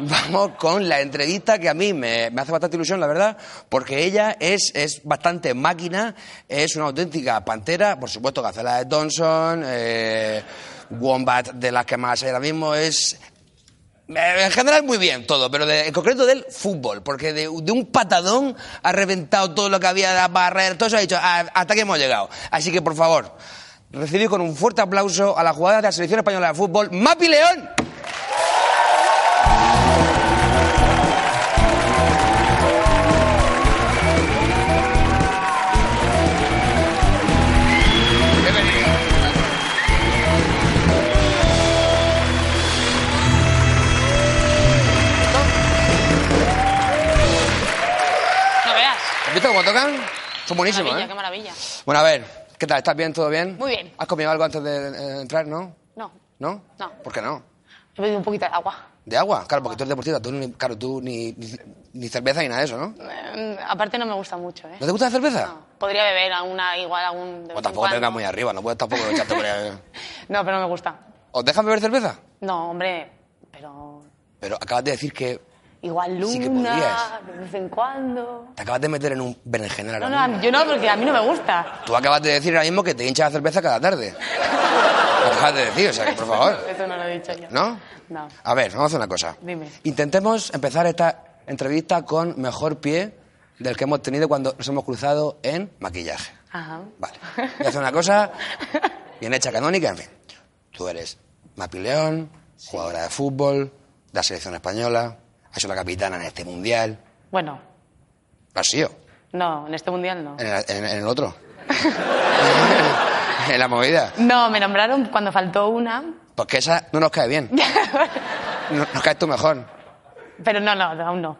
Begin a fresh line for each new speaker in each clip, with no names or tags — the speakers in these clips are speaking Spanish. Vamos con la entrevista que a mí me, me hace bastante ilusión, la verdad, porque ella es, es bastante máquina, es una auténtica pantera, por supuesto Gacela de Thompson, eh, Wombat de las que más hay ahora mismo, es... eh, En general muy bien todo, pero de- en concreto del fútbol, porque de, de un patadón ha reventado todo lo que había, las barreras, todo eso ha dicho, "Ah, hasta aquí hemos llegado. Así que, por favor, recibid con un fuerte aplauso a la jugadora de la Selección Española de Fútbol, Mapi León.
No veas.
¿Has visto cómo tocan? Son buenísimos,
Maravilla,
¿eh?
qué maravilla.
Bueno, a ver, ¿qué tal? ¿Estás bien? ¿Todo bien?
Muy bien.
¿Has comido algo antes de eh, entrar, no?
No,
¿No?
No.
¿Por qué no?
he pedido un poquito de agua.
¿De agua? Claro, porque tú eres deportista, tú, ni, claro, tú ni, ni- ni cerveza ni nada de eso, ¿no?
Eh, aparte no me gusta mucho, ¿eh?
¿No te gusta la cerveza?
No. Podría beber alguna, igual algún... de vez
O
en
tampoco te
cuando.
vengas muy arriba, no puedes tampoco echarte por ahí. ¿eh?
No, pero no me gusta.
¿Os dejan beber cerveza?
No, hombre, pero...
Pero acabas de decir que
Igual luna,
Sí que
de vez en cuando...
te acabas de meter en un berenjenal
No,
ahora
no,
mismo.
yo no, porque a mí no me gusta.
Tú acabas de decir ahora mismo que te hinchas la cerveza cada tarde. Lo acabas de decir, o sea que por favor.
Eso no lo he dicho yo.
¿No?
No.
A ver, vamos a hacer una cosa.
Dime.
Intentemos empezar esta entrevista con mejor pie del que hemos tenido cuando nos hemos cruzado en maquillaje.
Ajá.
Vale. Voy a hacer una cosa bien hecha, canónica, en fin. Tú eres Mapi León, jugadora de fútbol, de la selección española, has sido la capitana en este mundial.
Bueno,
Lo has sido,
no, en este mundial no.
en el, en- en el otro. en la movida.
No, me nombraron cuando faltó una,
Porque esa no nos cae bien. No- nos caes tú mejor.
pero no, no, aún no.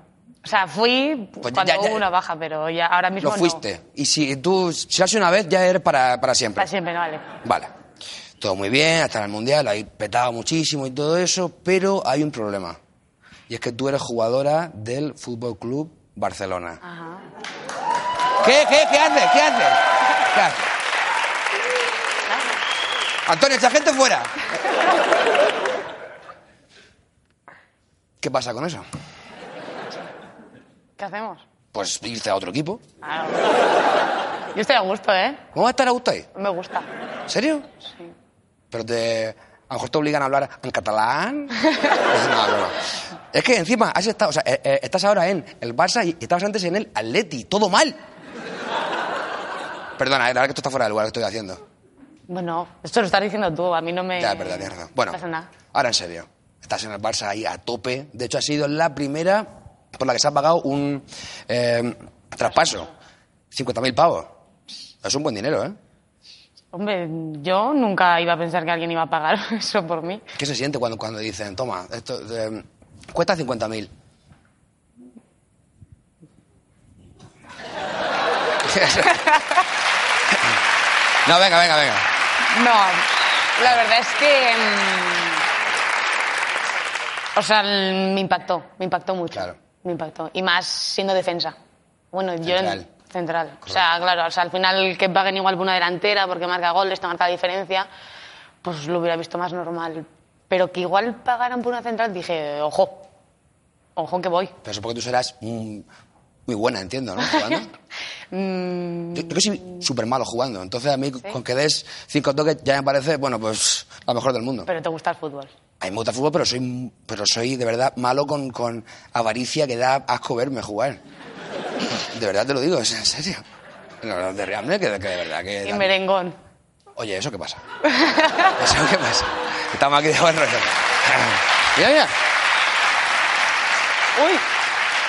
O sea, fui
Pues ya-
cuando
ya-
hubo una baja, pero ya ahora mismo
Lo
no.
fuiste. Y si tú, si lo has sido una vez, ya eres para, para siempre.
Para siempre, no vale.
Vale. Todo muy bien, hasta en el Mundial, ahí petado muchísimo y todo eso, pero hay un problema. Y es que tú eres jugadora del Fútbol Club Barcelona.
Ajá.
¿Qué, qué, qué haces? ¿Qué haces? ¿Qué haces? Antonio, esta gente fuera. ¿Qué pasa con eso?
¿Qué hacemos?
Pues irte a otro equipo.
Ah, no. Yo estoy a gusto, ¿eh?
¿Cómo va a estar a gusto ahí?
Me gusta.
¿En serio?
Sí.
Pero te, a lo mejor te obligan a hablar en catalán. no, no, no. Es que encima has estado, o sea, eh, eh, estás ahora en el Barça y estabas antes en el Atleti. Todo mal. Perdona, eh, la verdad que esto está fuera del lugar lo que estoy haciendo.
Bueno, esto lo estás diciendo tú, a mí no me.
Ya, es verdad, tienes razón. Bueno,
No pasa nada.
ahora en serio. Estás en el Barça ahí a tope. De hecho, ha sido la primera por la que se ha pagado un eh, traspaso. 50.000 pavos. Es un buen dinero, ¿eh?
Hombre, yo nunca iba a pensar que alguien iba a pagar eso por mí.
¿Qué se siente cuando, cuando dicen, toma, esto eh, cuesta 50.000? no, venga, venga, venga.
No, la verdad es que. mm, O sea, el- me impactó, me impactó mucho.
Claro.
Me impactó. Y más siendo defensa. Bueno,
Central.
yo. Central. O sea, claro, o sea, al final que paguen igual por una delantera porque marca goles, te marca la diferencia, pues lo hubiera visto más normal. Pero que igual pagaran por una central, dije, ojo, ojo que voy.
Pero supongo que tú serás mm, muy buena, entiendo, ¿no? Jugando.
Mm,
Yo, yo que soy súper malo jugando. Entonces a mí con que des cinco toques ya me parece, bueno, pues la mejor del mundo.
pero te gusta el fútbol.
A mí me gusta el fútbol, pero soy, pero soy de verdad malo con, con avaricia que da asco verme jugar. De verdad te lo digo, es en serio. No, no, de realmente que, que de verdad que...
Y merengón.
Oye, ¿eso qué pasa? ¿Eso qué pasa? Estamos aquí de buen rollo. Mira, mira.
Uy,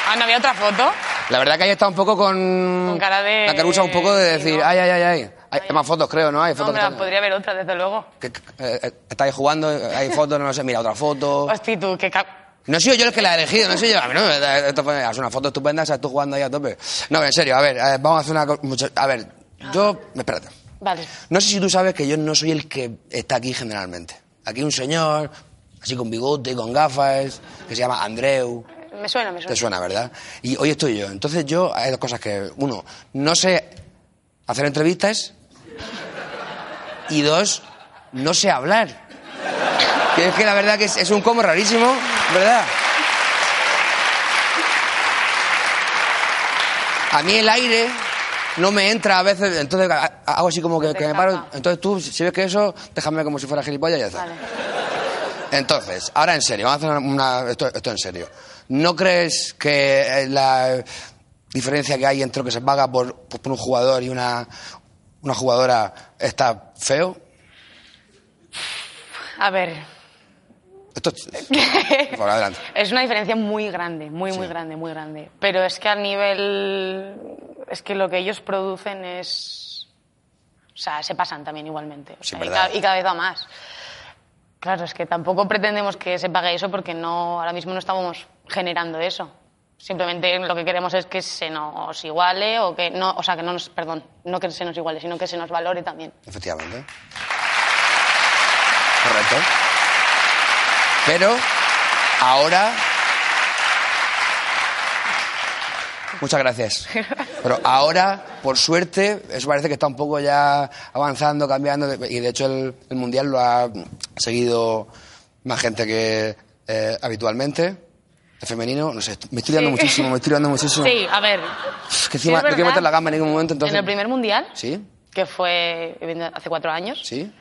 ah, no había otra foto.
La verdad que ahí está un poco con... Con
cara de-
La carucha un poco de
Sí,
decir,
¿no?
ay, ay, ay, ay. Hay, hay más fotos, creo, ¿no? Hay
No,
fotos
hombre,
que están-
podría haber otra, desde luego.
que- que- eh, eh, estáis jugando, eh, hay fotos, no lo sé, mira, otra foto.
Hostia, tú, qué ca-
No he sido yo el que la he elegido, no he sido yo. A mí no me da- esto fue- es una foto estupenda, estás tú jugando ahí a tope. No, en serio, a ver, eh, vamos a hacer una cosa. mucha- A ver, yo. Espérate.
Vale.
No sé si tú sabes que yo no soy el que está aquí generalmente. Aquí hay un señor, así con bigote, con gafas, que se llama Andreu.
Me suena, me suena.
Te suena, ¿verdad? Y hoy estoy yo. Entonces yo, hay dos cosas que... Uno, no sé hacer entrevistas. Y dos, no sé hablar. Que es que la verdad que es, es un combo rarísimo, ¿verdad? A mí el aire no me entra a veces, entonces a- a- hago así como que,
Te
que me paro.
escapa.
Entonces tú, si ves que eso, déjame como si fuera gilipollas y ya está.
Vale.
Entonces, ahora en serio, vamos a hacer una, una- esto, esto en serio. ¿No crees que eh, la diferencia que hay entre lo que se paga por, por un jugador y una, una jugadora está feo?
A ver,
Esto Por favor, adelante.
Es una diferencia muy grande, muy, muy
Sí.
grande, muy grande. Pero es que a nivel. Es que lo que ellos producen es. O sea, se pasan también igualmente. O
Sí,
sea, y,
verdad.
ca- y cada vez va más. Claro, es que tampoco pretendemos que se pague eso porque no, ahora mismo no estamos generando eso. Simplemente lo que queremos es que se nos iguale o que no, o sea, que no nos, perdón, no que se nos iguale, sino que se nos valore también.
Efectivamente. Correcto. Pero ahora. Muchas gracias. Pero ahora, por suerte, eso parece que está un poco ya avanzando, cambiando. Y de hecho, el, el Mundial lo ha seguido más gente que eh, habitualmente. El femenino, no sé, me estoy liando
Sí.
muchísimo, me estoy liando muchísimo.
Sí, a ver.
Es que encima
es
no quiero
verdad.
meter la gamba en ningún momento, entonces.
En el primer mundial,
Sí,
que fue hace cuatro años,
sí.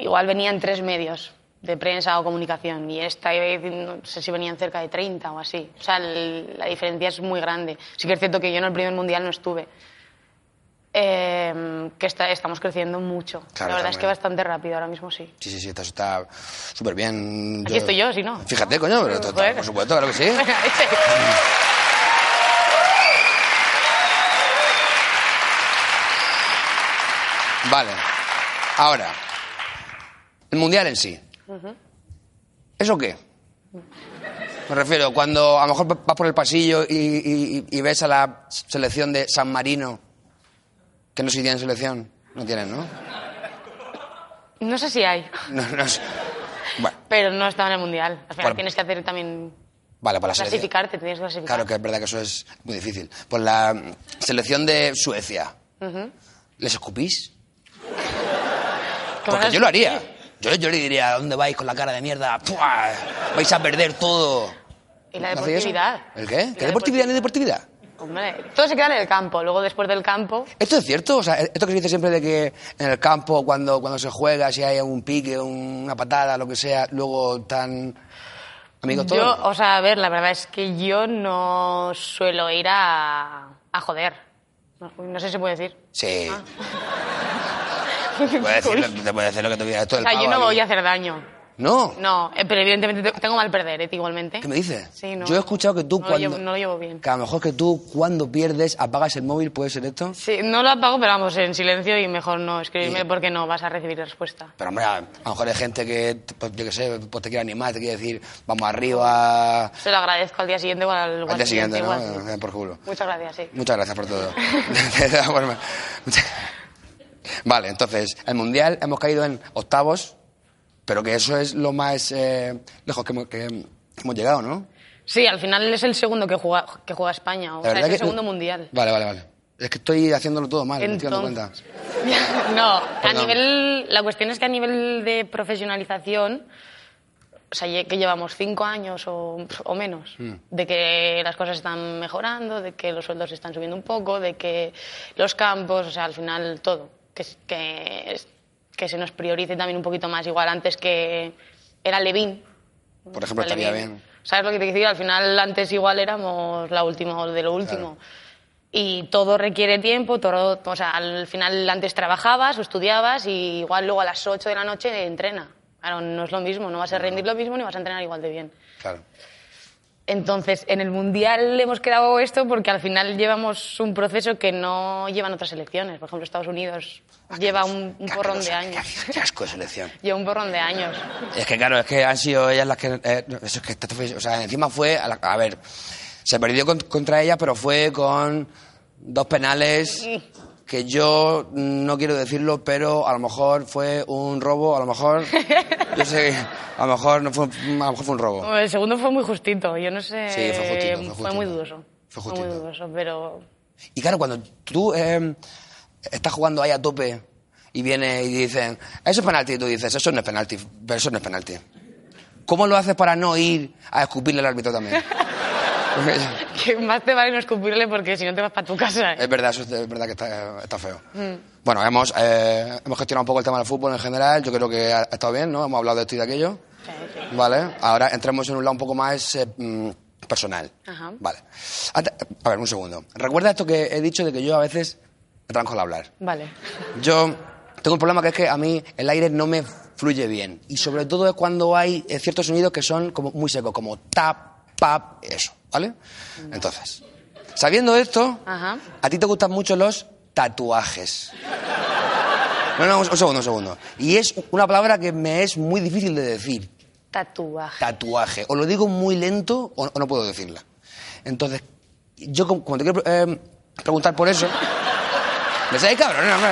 igual venían tres medios de prensa o comunicación y esta vez no sé si venían cerca de 30 o así. O sea, el- la diferencia es muy grande. Sí que es cierto que yo en el primer mundial no estuve. Eh, que está- estamos creciendo mucho.
Claro,
la verdad es
también.
que bastante rápido ahora mismo sí.
Sí, sí, sí, está- está súper bien.
Aquí estoy yo, si no.
Fíjate, coño, pero to- to-
Joder.
por supuesto, claro que sí. Vale. Ahora, el mundial en sí. ¿Eso qué? Me refiero, cuando a lo mejor vas por el pasillo y, y- y- y ves a la selección de San Marino, que no sé si tienen selección. No tienen, ¿no?
no sé si hay,
No, no sé. Bueno,
pero no estaba en el mundial. Al final
Bueno.
tienes que hacer también
vale, para la selección.
clasificarte, tienes que clasificar.
Claro que es verdad que eso es muy difícil. Pues la mm, selección de Suecia, ¿les escupís?
¿Qué vas
Porque
a-
yo lo haría. Yo, yo le diría, ¿a dónde vais con la cara de mierda? ¡Pua! Vais a perder todo.
Y la
¿No hacéis eso?
deportividad.
¿El
Y
qué?
la
¿Qué deportividad ni deportividad?
Hombre, todo se queda en el campo. Luego, después del campo,
¿Esto es cierto? O sea, esto que se dice siempre de que en el campo, cuando, cuando se juega, si hay un pique, una patada, lo que sea, luego tan amigos todos.
Yo, o sea, a ver, la verdad es que yo no suelo ir a, a joder. No, no sé si se puede decir.
Sí.
Ah.
Te puede decir, te puede decir lo que tú quieras. Esto
O
del
sea, yo
pavo
no
aquí.
voy a hacer daño.
No.
No, eh, pero evidentemente te- tengo mal perder, ¿eh? igualmente.
¿Qué me dices?
Sí, no.
Yo he escuchado que tú
No lo
cuando...
llevo- no lo llevo bien.
Que a lo mejor que tú cuando pierdes apagas el móvil, ¿puede ser esto?
Sí, no lo apago, pero vamos, en silencio y mejor no escribirme porque no vas a recibir respuesta.
Pero hombre, a a lo mejor hay gente que, pues, yo qué sé, pues te quiere animar, te quiere decir, vamos arriba,
Se lo agradezco al día siguiente o al, o
al día siguiente, ¿no?
igual, sí.
Eh, Por culo.
Muchas gracias, sí.
Muchas gracias por todo. De todas formas, muchas- vale, entonces, el Mundial hemos caído en octavos, pero que eso es lo más eh, lejos que hemos, que hemos llegado, ¿no?
Sí, al final es el segundo que juega, que juega España, o sea, es el segundo mundial.
Vale, vale, vale. Es que estoy haciéndolo todo mal, me estoy dando cuenta.
Entonces- no, a
Perdón.
nivel, la cuestión es que a nivel de profesionalización, o sea, lle- que llevamos cinco años o, o menos, de que las cosas están mejorando, de que los sueldos están subiendo un poco, de que los campos, o sea, al final todo, que, es- que, es- que se nos priorice también un poquito más, igual antes que era Levín.
Por ejemplo,
Vale,
estaría bien.
¿Sabes lo que te quiero decir? Al final, antes igual éramos la última o de lo último. Y todo requiere tiempo, todo, o sea, al final antes trabajabas o estudiabas y igual luego a las 8 de la noche entrena. Claro, no es lo mismo, no vas a rendir lo mismo ni vas a entrenar igual de bien.
Claro.
Entonces, en el Mundial hemos quedado esto porque al final llevamos un proceso que no llevan otras elecciones. Por ejemplo, Estados Unidos
Ah,
lleva un, un
Qué
porrón de
asqueroso,
años.
qué- Qué asco de selección.
lleva un porrón de años.
Es que claro, es que han sido ellas las que... eh, no, eso es que esta fue- o sea, encima fue... A, la- a ver, se perdió con- contra ellas, pero fue con dos penales que yo no quiero decirlo, pero a lo mejor fue un robo, a lo mejor... Yo sé, a lo mejor, no fue, a lo mejor fue un robo.
El segundo fue muy justito, yo no sé.
Sí, fue justito, fue justito.
muy dudoso.
Fue
muy
justito.
dudoso, pero.
Y claro, cuando tú eh, estás jugando ahí a tope y viene y dicen, eso es penalti, y tú dices, eso no es penalti, pero eso no es penalti. ¿Cómo lo haces para no ir a escupirle al árbitro también?
que más te vale no escupirle porque si no te vas para tu casa. ¿eh?
Es verdad, eso es, es verdad que está, está feo. Bueno, hemos, eh, hemos gestionado un poco el tema del fútbol en general. Yo creo que ha, ha estado bien, ¿no? Hemos hablado de esto y de aquello. Vale. Ahora entremos en un lado un poco más eh, mm, personal.
Ajá.
Vale. Ante- a ver, un segundo. Recuerda esto que he dicho de que yo a veces arranco al hablar.
Vale.
Yo tengo un problema que es que a mí el aire no me fluye bien. Y sobre todo es cuando hay eh, ciertos sonidos que son como muy secos, como tap, pap, eso, ¿vale? Entonces, sabiendo esto,
Ajá.
a ti te gustan mucho los tatuajes. No, no, un un segundo, un segundo. Y es una palabra que me es muy difícil de decir
Tatuaje.
tatuaje. O lo digo muy lento o, o no puedo decirla. Entonces, yo como, como te quiero eh, preguntar por eso... ¿Me sabéis cabrón? No, hombre.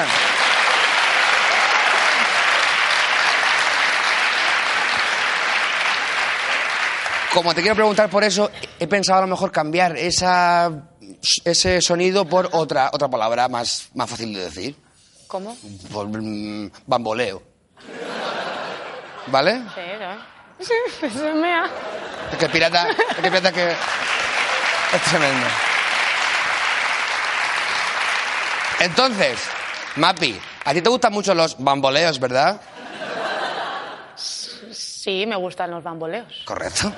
Como te quiero preguntar por eso, he pensado a lo mejor cambiar esa, ese sonido por otra, otra palabra más, más fácil de decir.
¿Cómo? Sí,
Por, mm, bamboleo. ¿Vale?
¿no? Se mea.
Es que el pirata, es que el pirata que... Es tremendo. Entonces, Mapi, a ti te gustan mucho los bamboleos, ¿verdad?
Sí, me gustan los bamboleos.
Correcto.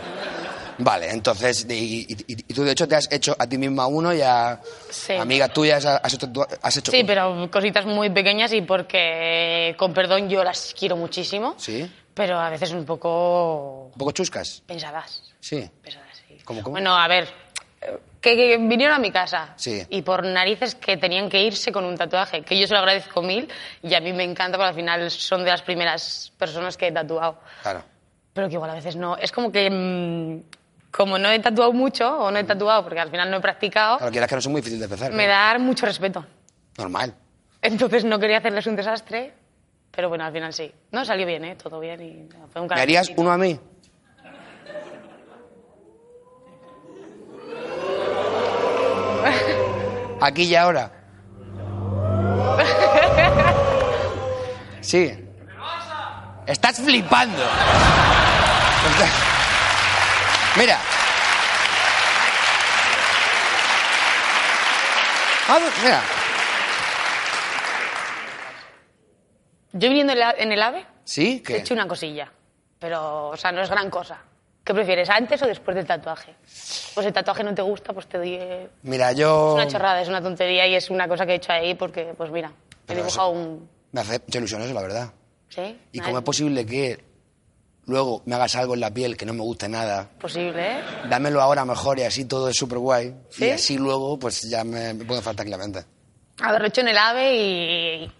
Vale, entonces, y, y- y- y tú de hecho te has hecho a ti misma uno y a
Sí.
amigas tuyas has hecho... tatua- Has hecho
Sí,
uno.
pero cositas muy pequeñas y porque, con perdón, yo las quiero muchísimo,
Sí,
pero a veces un poco
un poco chuscas,
pensadas.
sí.
Pesadas, sí.
¿Cómo, cómo?
Bueno, a ver, eh, que, que vinieron a mi casa
Sí.
y por narices que tenían que irse con un tatuaje, que yo se lo agradezco mil y a mí me encanta porque al final son de las primeras personas que he tatuado,
Claro.
pero que igual a veces no. Es como que, mm, como no he tatuado mucho o no he tatuado porque al final no he practicado,
Claro, quieras que no son muy difíciles de empezar.
me
¿no?
da mucho respeto.
Normal.
Entonces no quería hacerles un desastre, pero bueno, al final sí. No, salió bien, ¿eh? Todo bien y fue un
¿Me harías
calentito.
uno a mí? Aquí y ahora. Sí. Estás flipando. Estás- Mira. Ah, mira.
Yo viniendo en la- en el AVE
¿Sí?
he
¿Qué?
hecho una cosilla, pero, o sea, no es gran cosa. ¿Qué prefieres, antes o después del tatuaje? Pues el tatuaje no te gusta, pues te doy... eh,
Mira, yo...
Es una chorrada, es una tontería y es una cosa que he hecho ahí porque, pues mira, he
Pero
dibujado
eso-
un...
Me hace mucha ilusión eso, la verdad.
¿Sí?
¿Y
Vale.
cómo es posible que luego me hagas algo en la piel que no me guste nada?
Posible, ¿eh?
Dámelo ahora mejor y así todo es súper guay.
¿Sí?
Y así luego pues ya me, me puedo enfadar tranquilamente.
Haberlo hecho en el AVE y...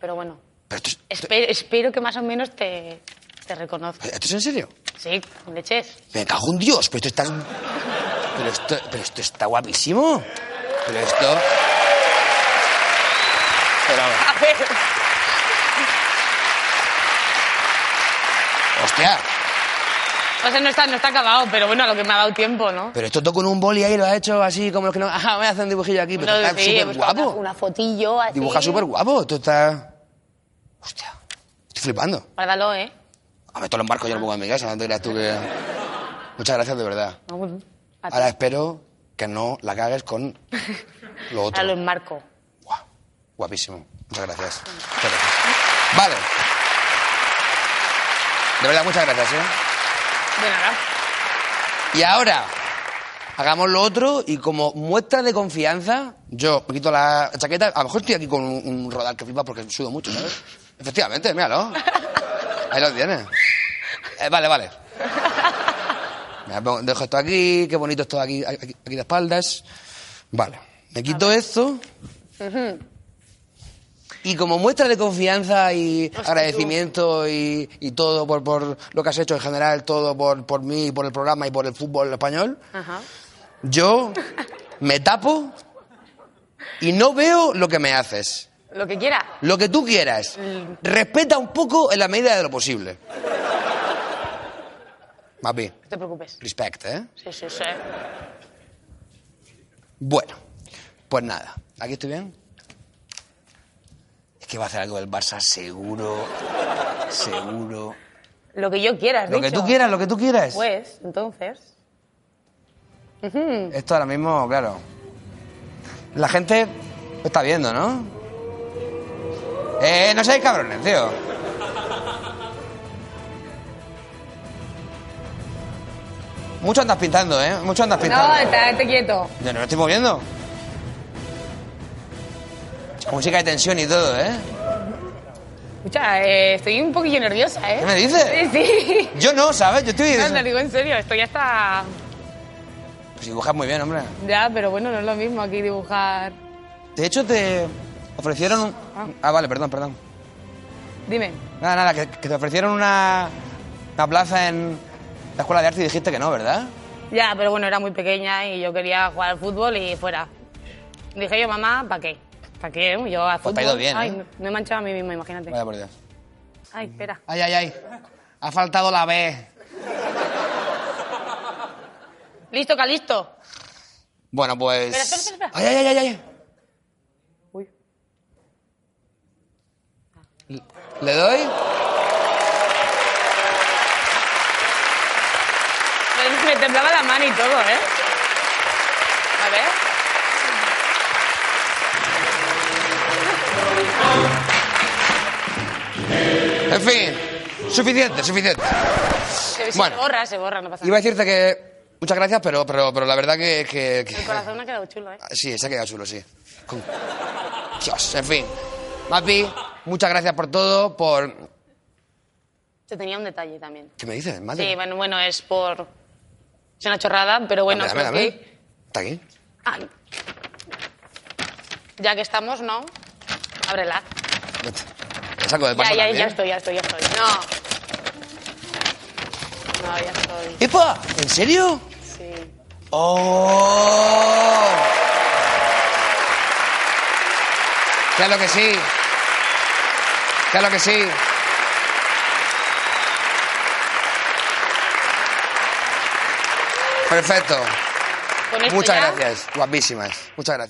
Pero bueno,
Pero esto es,
espe- espero que más o menos te, te reconozca.
¿esto es en serio?
Sí, leches.
Me cago en Dios, pero esto está... Pero esto, pero esto está guapísimo. Pero esto... Pero,
A ver,
hostia,
o sea, no está, no está acabado, pero bueno, a lo que me ha dado tiempo, ¿no?
pero esto toca con un boli ahí, lo ha hecho así como los que no... Ajá, me hacen un dibujillo aquí, pero
Bueno,
está
sí, he
súper
buscado
guapo.
Una, una fotillo así.
Dibuja súper guapo, esto está... Hostia, estoy flipando.
Guárdalo, ¿eh?
A ver, todo lo embarco yo un poco en mi casa, no te creas tú que... Muchas gracias, de verdad.
No, bueno, a ti.
Ahora espero que no la cagues con lo
Ahora lo
otro.
enmarco.
Guau, guapísimo. Muchas gracias. Muchas gracias. Vale. De verdad, muchas gracias, ¿eh?
De nada.
Y ahora, hagamos lo otro y como muestra de confianza, yo me quito la chaqueta. A lo mejor estoy aquí con un, un rodar que flipa porque sudo mucho, ¿sabes? Efectivamente, míralo. Ahí lo tienes. Eh, vale, vale. Mira, pongo- dejo esto aquí, qué bonito esto aquí, aquí, aquí de espaldas. Vale, me quito esto. Y como muestra de confianza y agradecimiento y, y todo por, por lo que has hecho en general, todo por, por mí, por el programa y por el fútbol español,
Ajá.
yo me tapo y no veo lo que me haces.
Lo que quiera.
Lo que tú quieras. Respeta un poco en la medida de lo posible. Mapi,
No te preocupes.
respect, ¿eh?
Sí, sí, sí.
Bueno, pues nada, aquí estoy bien. Es que va a hacer algo del Barça seguro, seguro.
Lo que yo quiera, has
Lo que
dicho.
tú quieras, lo que tú quieras.
Pues, entonces.
Esto ahora mismo, claro. La gente lo está viendo, ¿no? Eh, no seáis cabrones, tío. Mucho andas pintando, ¿eh? Mucho andas pintando.
No, está, esté quieto.
Yo no me estoy moviendo. Música de tensión y todo, ¿eh?
Escucha, eh, estoy un poquillo nerviosa, ¿eh?
¿Qué me dices?
Sí, sí.
Yo no, ¿sabes? Yo estoy...
No, te digo en serio, esto ya está...
Pues dibujas muy bien, hombre.
Ya, pero bueno, no es lo mismo aquí dibujar...
De hecho, te ofrecieron... un- Ah, vale, perdón, perdón.
Dime.
Nada, nada, que, que te ofrecieron una, una plaza en la escuela de arte y dijiste que no, ¿verdad?
Ya, pero bueno, era muy pequeña y yo quería jugar al fútbol y fuera. Dije yo, mamá, ¿para qué? ¿Para qué? Yo al
Pues
fútbol...
te ha ido bien,
Ay,
¿eh?
me he manchado a mí misma, imagínate.
Vaya por Dios.
Ay, espera.
Ay, ay, ay. Ha faltado la B.
Listo, Calisto.
Bueno, pues...
Espera, espera, espera, espera.
Ay, ay, ay, ay, ay.
Uy.
¿Le doy?
Me, me temblaba la mano y todo, ¿eh? A ver.
En fin, suficiente, suficiente.
Se, se
Bueno.
borra, se borra, no pasa
Iba
nada.
a decirte que... Muchas gracias, pero, pero, pero la verdad que... que- que-
El corazón ha quedado chulo, ¿eh?
Sí, se ha quedado chulo, sí. Con- Dios, en fin. Mapi, muchas gracias por todo, por...
Yo tenía un detalle también.
¿Qué me dices, Mati?
Sí, bueno, bueno, es por... Es una chorrada, pero bueno,
Dame, dame,
creo
dame.
que-
¿Está aquí?
Ay. Ah. Ya que estamos, ¿no? Ábrela.
Ya está. Le saco del
Ya,
paso
ya,
también.
ya estoy, ya estoy, ya estoy. No. No, ya estoy.
¡Epa! ¿En serio?
Sí.
¡Oh! Claro que sí. Claro que sí. Perfecto.
Con esto
Muchas
ya-
gracias. Guapísimas. Muchas gracias.